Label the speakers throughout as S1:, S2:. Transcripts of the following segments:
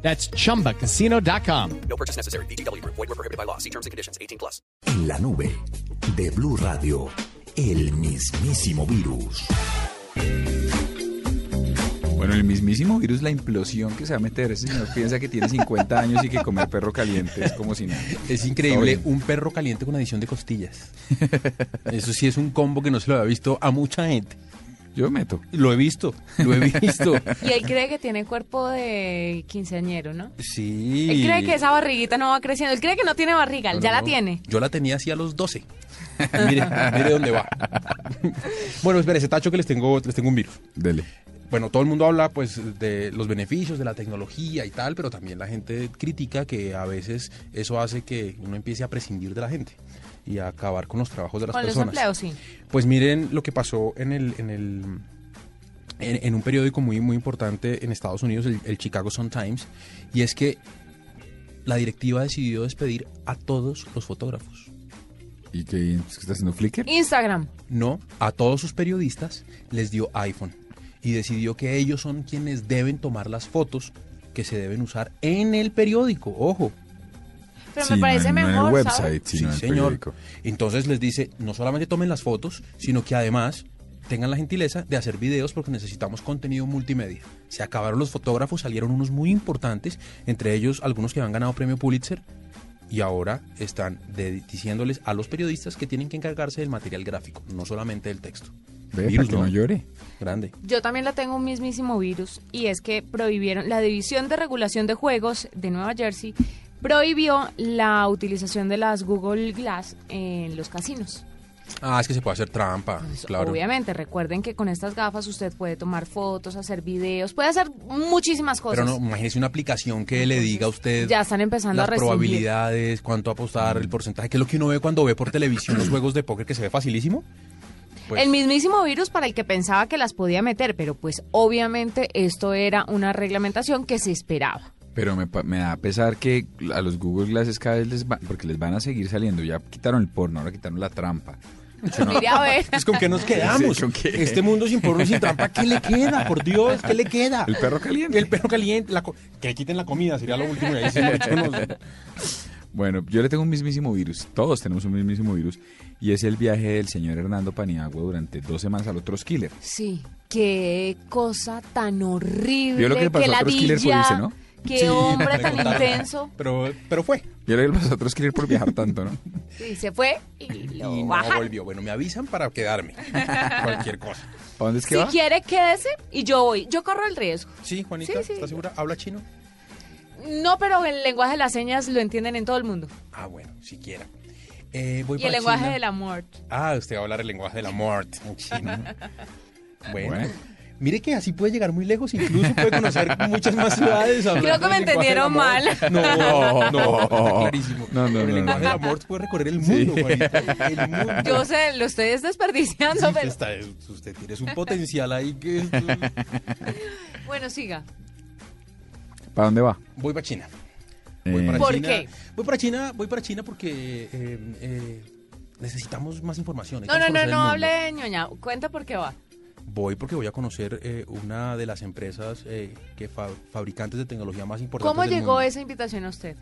S1: That's chumbacasino.com.
S2: No purchase necessary. BGW. Void were prohibited by law. See terms and conditions. 18 plus.
S3: En la nube de Blue Radio, el mismísimo virus.
S4: Bueno, el mismísimo virus, la implosión que se va a meter. Ese señor piensa que tiene 50 años y que comer perro caliente es como si nada.
S5: Es increíble,
S4: Está bien.
S5: un perro caliente con adición de costillas. Eso sí es un combo que no se lo había visto a mucha gente.
S4: Yo me meto.
S5: Lo he visto, lo he visto.
S6: Y él cree que tiene cuerpo de quinceañero, ¿no?
S5: Sí.
S6: Él cree que esa barriguita no va creciendo. Él cree que no tiene barriga, él ya la
S5: No,
S6: tiene.
S5: Yo la tenía así a los 12. Mire, mire dónde va. bueno, espere, ese tacho que les tengo, les tengo un virus.
S4: Dele.
S5: Bueno, todo el mundo habla pues de los beneficios de la tecnología y tal, pero también la gente critica que a veces eso hace que uno empiece a prescindir de la gente y a acabar con los trabajos de las
S6: Con los
S5: personas.
S6: empleos, sí.
S5: Pues miren lo que pasó en el, en el en, en un periódico muy muy importante en Estados Unidos, el, el Chicago Sun Times, y es que la directiva decidió despedir a todos los fotógrafos,
S4: ¿Y qué es que está haciendo Flickr?
S6: Instagram.
S5: no a todos sus periodistas, les dio iPhone y decidió que ellos son quienes deben tomar las fotos que se deben usar en el periódico. Ojo,
S6: Pero
S4: Sí,
S6: me
S4: no
S6: parece
S4: en- no en
S6: mejor,
S4: el
S6: ¿sabes?
S4: website, sino
S5: sí,
S4: en el
S5: señor.
S4: periódico.
S5: Entonces les dice, no solamente tomen las fotos, sino que además tengan la gentileza de hacer videos porque necesitamos contenido multimedia. Se acabaron los fotógrafos, salieron unos muy importantes, entre ellos algunos que han ganado premio Pulitzer y ahora están de- diciéndoles a los periodistas que tienen que encargarse del material gráfico, no solamente del texto.
S4: Ve, para
S5: Virus,
S4: que no llore.
S5: Grande.
S6: Yo también la tengo un mismísimo virus y es que prohibieron la División de Regulación de Juegos de Nueva Jersey prohibió la utilización de las Google Glass en los casinos.
S5: Ah, es que se puede hacer trampa,
S6: Pues,
S5: claro.
S6: Obviamente, recuerden que con estas gafas usted puede tomar fotos, hacer videos, puede hacer muchísimas cosas.
S5: Pero no, imagínese una aplicación que le diga a usted
S6: ya están empezando a
S5: las
S6: restringir.
S5: probabilidades, cuánto apostar, el porcentaje, que es lo que uno ve cuando ve por televisión los juegos de póker que se ve facilísimo. Pues,
S6: El mismísimo virus para el que pensaba que las podía meter, pero pues obviamente esto era una reglamentación que se esperaba.
S4: Pero me, pa- me da pesar que a los Google Glasses cada vez les va, porque les van a seguir saliendo. Ya quitaron el porno, ahora quitaron la trampa.
S6: Mire a ver,
S5: es pues, con qué nos quedamos.
S4: Sí, ¿con qué?
S5: Este mundo sin porno y sin trampa, ¿qué le queda? Por Dios, ¿qué le queda?
S4: El perro caliente.
S5: El perro caliente, la co- que quiten la comida, sería lo último. y ahí sí, echémonos-
S4: Bueno, yo le tengo un mismísimo virus. Todos tenemos un mismísimo virus. Y es el viaje del señor Hernando Paniagua durante dos semanas al otro killer.
S6: sí, qué cosa tan horrible.
S4: Vio lo que le pasó a otros killers por irse, ¿no?
S6: Qué
S5: Sí,
S6: hombre
S5: me
S6: tan
S5: contaron.
S6: intenso.
S5: Pero, pero fue.
S4: Yo le digo a los otros killer por viajar tanto, ¿no?
S6: Y se fue y
S5: Y
S6: lo
S5: no
S6: bajaron.
S5: volvió. Bueno, me avisan para quedarme. Cualquier cosa.
S4: ¿Para dónde es que
S6: Si
S4: va?
S6: quiere, quédese y yo voy. Yo corro el riesgo.
S5: Sí, Juanita,
S6: Sí, sí.
S5: ¿estás segura? ¿Habla chino?
S6: No, pero el lenguaje de las señas lo entienden en todo el mundo.
S5: Ah, bueno, siquiera. Eh, voy
S6: Y
S5: para
S6: el lenguaje
S5: China.
S6: del amor.
S5: Ah, usted va a hablar el lenguaje de la muerte. Bueno.
S4: Bueno.
S5: Mire que así puede llegar muy lejos, incluso puede conocer muchas más ciudades. hablando
S6: Creo que me
S5: el lenguaje del
S6: entendieron
S5: amor.
S6: mal.
S5: No, no, está clarísimo.
S4: No, no,
S5: Con
S4: no,
S5: el lenguaje
S4: no.
S5: del amor puede recorrer el mundo, Juanita, el mundo.
S6: Yo sé, lo estoy
S5: Sí,
S6: desperdiciando,
S5: usted,
S6: pero...
S5: está- usted tiene un potencial ahí que es-
S6: Bueno, siga.
S4: ¿Para dónde va?
S5: Voy para China. Voy para
S4: Eh,
S6: ¿Por
S5: China.
S6: qué?
S5: Voy para China, voy para China porque eh, eh, necesitamos más información.
S6: No, no,
S5: necesitamos
S6: no,
S5: conocer el
S6: no
S5: mundo.
S6: hable de ñoña. Cuenta por qué va.
S5: Voy porque voy a conocer eh, una de las empresas eh, que fa- fabricantes de tecnología más importantes.
S6: ¿Cómo
S5: del
S6: llegó
S5: mundo.
S6: esa invitación a usted?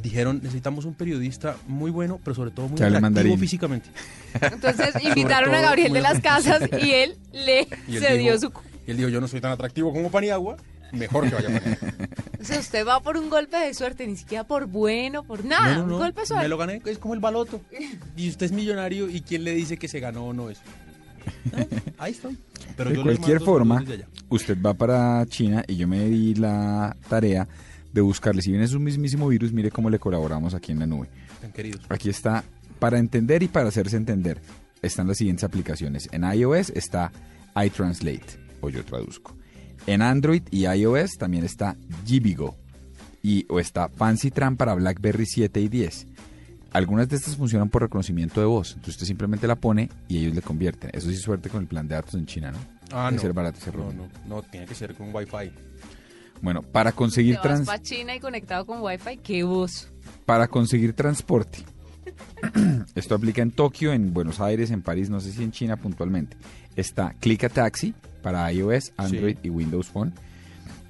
S5: Dijeron necesitamos un periodista muy bueno, pero sobre todo muy
S4: Que hable
S5: atractivo
S4: mandarín.
S5: físicamente.
S6: Entonces invitaron
S5: todo,
S6: a Gabriel
S5: muy
S6: de las Casas y él le
S5: Y él
S6: cedió
S5: dijo-
S6: su... cu-
S5: Y él dijo yo no soy tan atractivo como Paniagua, mejor que vaya Paniagua.
S6: O sea, usted va por un golpe de suerte, ni siquiera por bueno, por
S5: no, no,
S6: nada.
S5: no,
S6: Ah, un golpe de
S5: me
S6: suerte.
S5: lo gané, es como el baloto. Y usted es millonario y quién le dice que se ganó o no eso. Ah, Ahí estoy. Pero
S4: de
S5: yo les
S4: cualquier
S5: mando
S4: forma,
S5: saludos desde allá.
S4: usted va para China y yo me di la tarea de buscarle. Si bien es un mismísimo virus, mire cómo le colaboramos aquí en la nube.
S5: Tan queridos.
S4: Aquí está, para entender y para hacerse entender, están las siguientes aplicaciones. En iOS está iTranslate, o yo traduzco. En Android y iOS también está Gibigo, y o está Fancy Tran para BlackBerry 7 y 10. Algunas de estas funcionan por reconocimiento de voz. Entonces usted simplemente la pone y ellos le convierten. Eso sí, suerte con el plan de datos en China, ¿no? Debe ser barato ese
S5: Ah, no,
S4: roaming.
S5: no, no, tiene que ser con Wi-Fi.
S4: Bueno, para
S6: Te
S4: conseguir,
S6: vas
S4: trans-
S6: pa' China y conectado con Wi-Fi, qué voz.
S4: para conseguir transporte. Esto aplica en Tokio, en Buenos Aires, en París, no sé si en China puntualmente. Está Click a Taxi para iOS, Android y Windows Phone.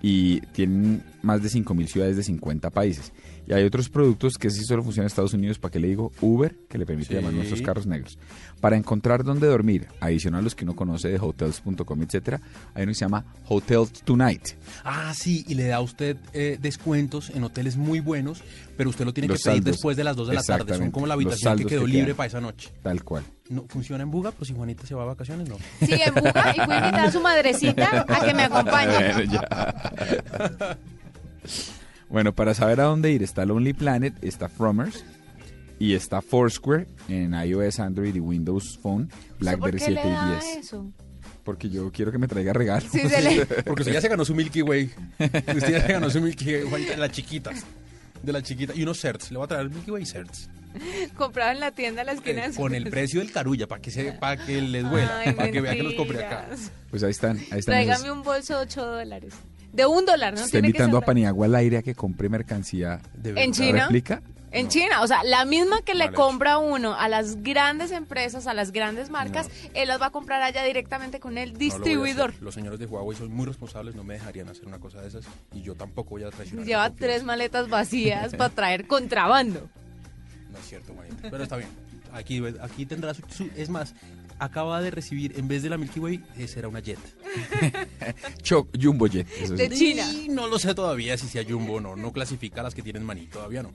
S4: Y tienen más de 5.000 ciudades de 50 países. Y hay otros productos que sí solo funcionan en Estados Unidos, ¿para qué le digo? Uber, que le permite
S5: Sí.
S4: llamar nuestros carros negros. Para encontrar dónde dormir, adicional a los que uno conoce de hotels.com, etcétera, hay uno que se llama Hotel Tonight.
S5: Ah, sí, y le da a usted eh, descuentos en hoteles muy buenos, pero usted lo tiene
S4: Los
S5: que pedir
S4: saldos.
S5: después de las 2 de la tarde. Son
S4: Exactamente.
S5: como la
S4: Los
S5: habitación que
S4: saldos
S5: quedó
S4: que
S5: libre
S4: quedan.
S5: para esa noche.
S4: Tal cual.
S5: No, ¿Funciona en Buga? Pero si Juanita se va a vacaciones, no.
S6: Sí, en Buga, y voy a invitar a su madrecita a que me acompañe.
S4: Bueno, ya. Bueno, para saber a dónde ir, está Lonely Planet, está Fromers y está Foursquare en iOS, Android y Windows Phone, BlackBerry
S6: ¿Por qué
S4: 7
S6: le da
S4: y 10.
S6: eso?
S4: Porque yo quiero que me traiga regalos.
S6: Sí, se le...
S5: Porque usted ya se ganó su Milky Way. Usted ya se ganó su Milky Way, Juanita, de las chiquitas. De las chiquitas. Y unos certs. Le voy a traer Milky Way certs. Eh,
S6: compraba en la tienda a la esquina. de su
S5: Con el
S6: casa.
S5: precio del carulla, para que, se, para que les duela.
S6: Ay,
S5: para que vea que los compré acá.
S6: mentiras.
S4: Pues ahí están. Ahí están esas-
S6: Tráigame un bolso de 8 dólares. De un dólar, ¿no?
S4: Está
S6: Tiene que
S4: invitando a
S6: ser-
S4: Paniagua al aire a que compre mercancía.
S5: De
S6: En
S5: verdad.
S6: China.
S4: ¿Replica?
S6: En China, o sea, la misma que le
S5: Mal hecho.
S6: compra uno a las grandes empresas, a las grandes marcas, él las va a comprar allá directamente con
S5: No
S6: el
S5: lo voy a
S6: distribuidor.
S5: hacer. Los señores de Huawei son muy responsables, no me dejarían hacer una cosa de esas y yo tampoco voy a traicionar.
S6: Lleva
S5: mi
S6: tres
S5: confianza.
S6: maletas vacías para traer contrabando.
S5: No es cierto, Juanita. Pero está bien. Aquí, aquí tendrá su, su- Es más, acaba de recibir, en vez de la Milky Way, eh, será una Jet.
S4: Choc, Jumbo Jet. eso sí.
S6: De China.
S5: Y no lo sé todavía si sea Jumbo o no. No clasifica a las que tienen maní, todavía no.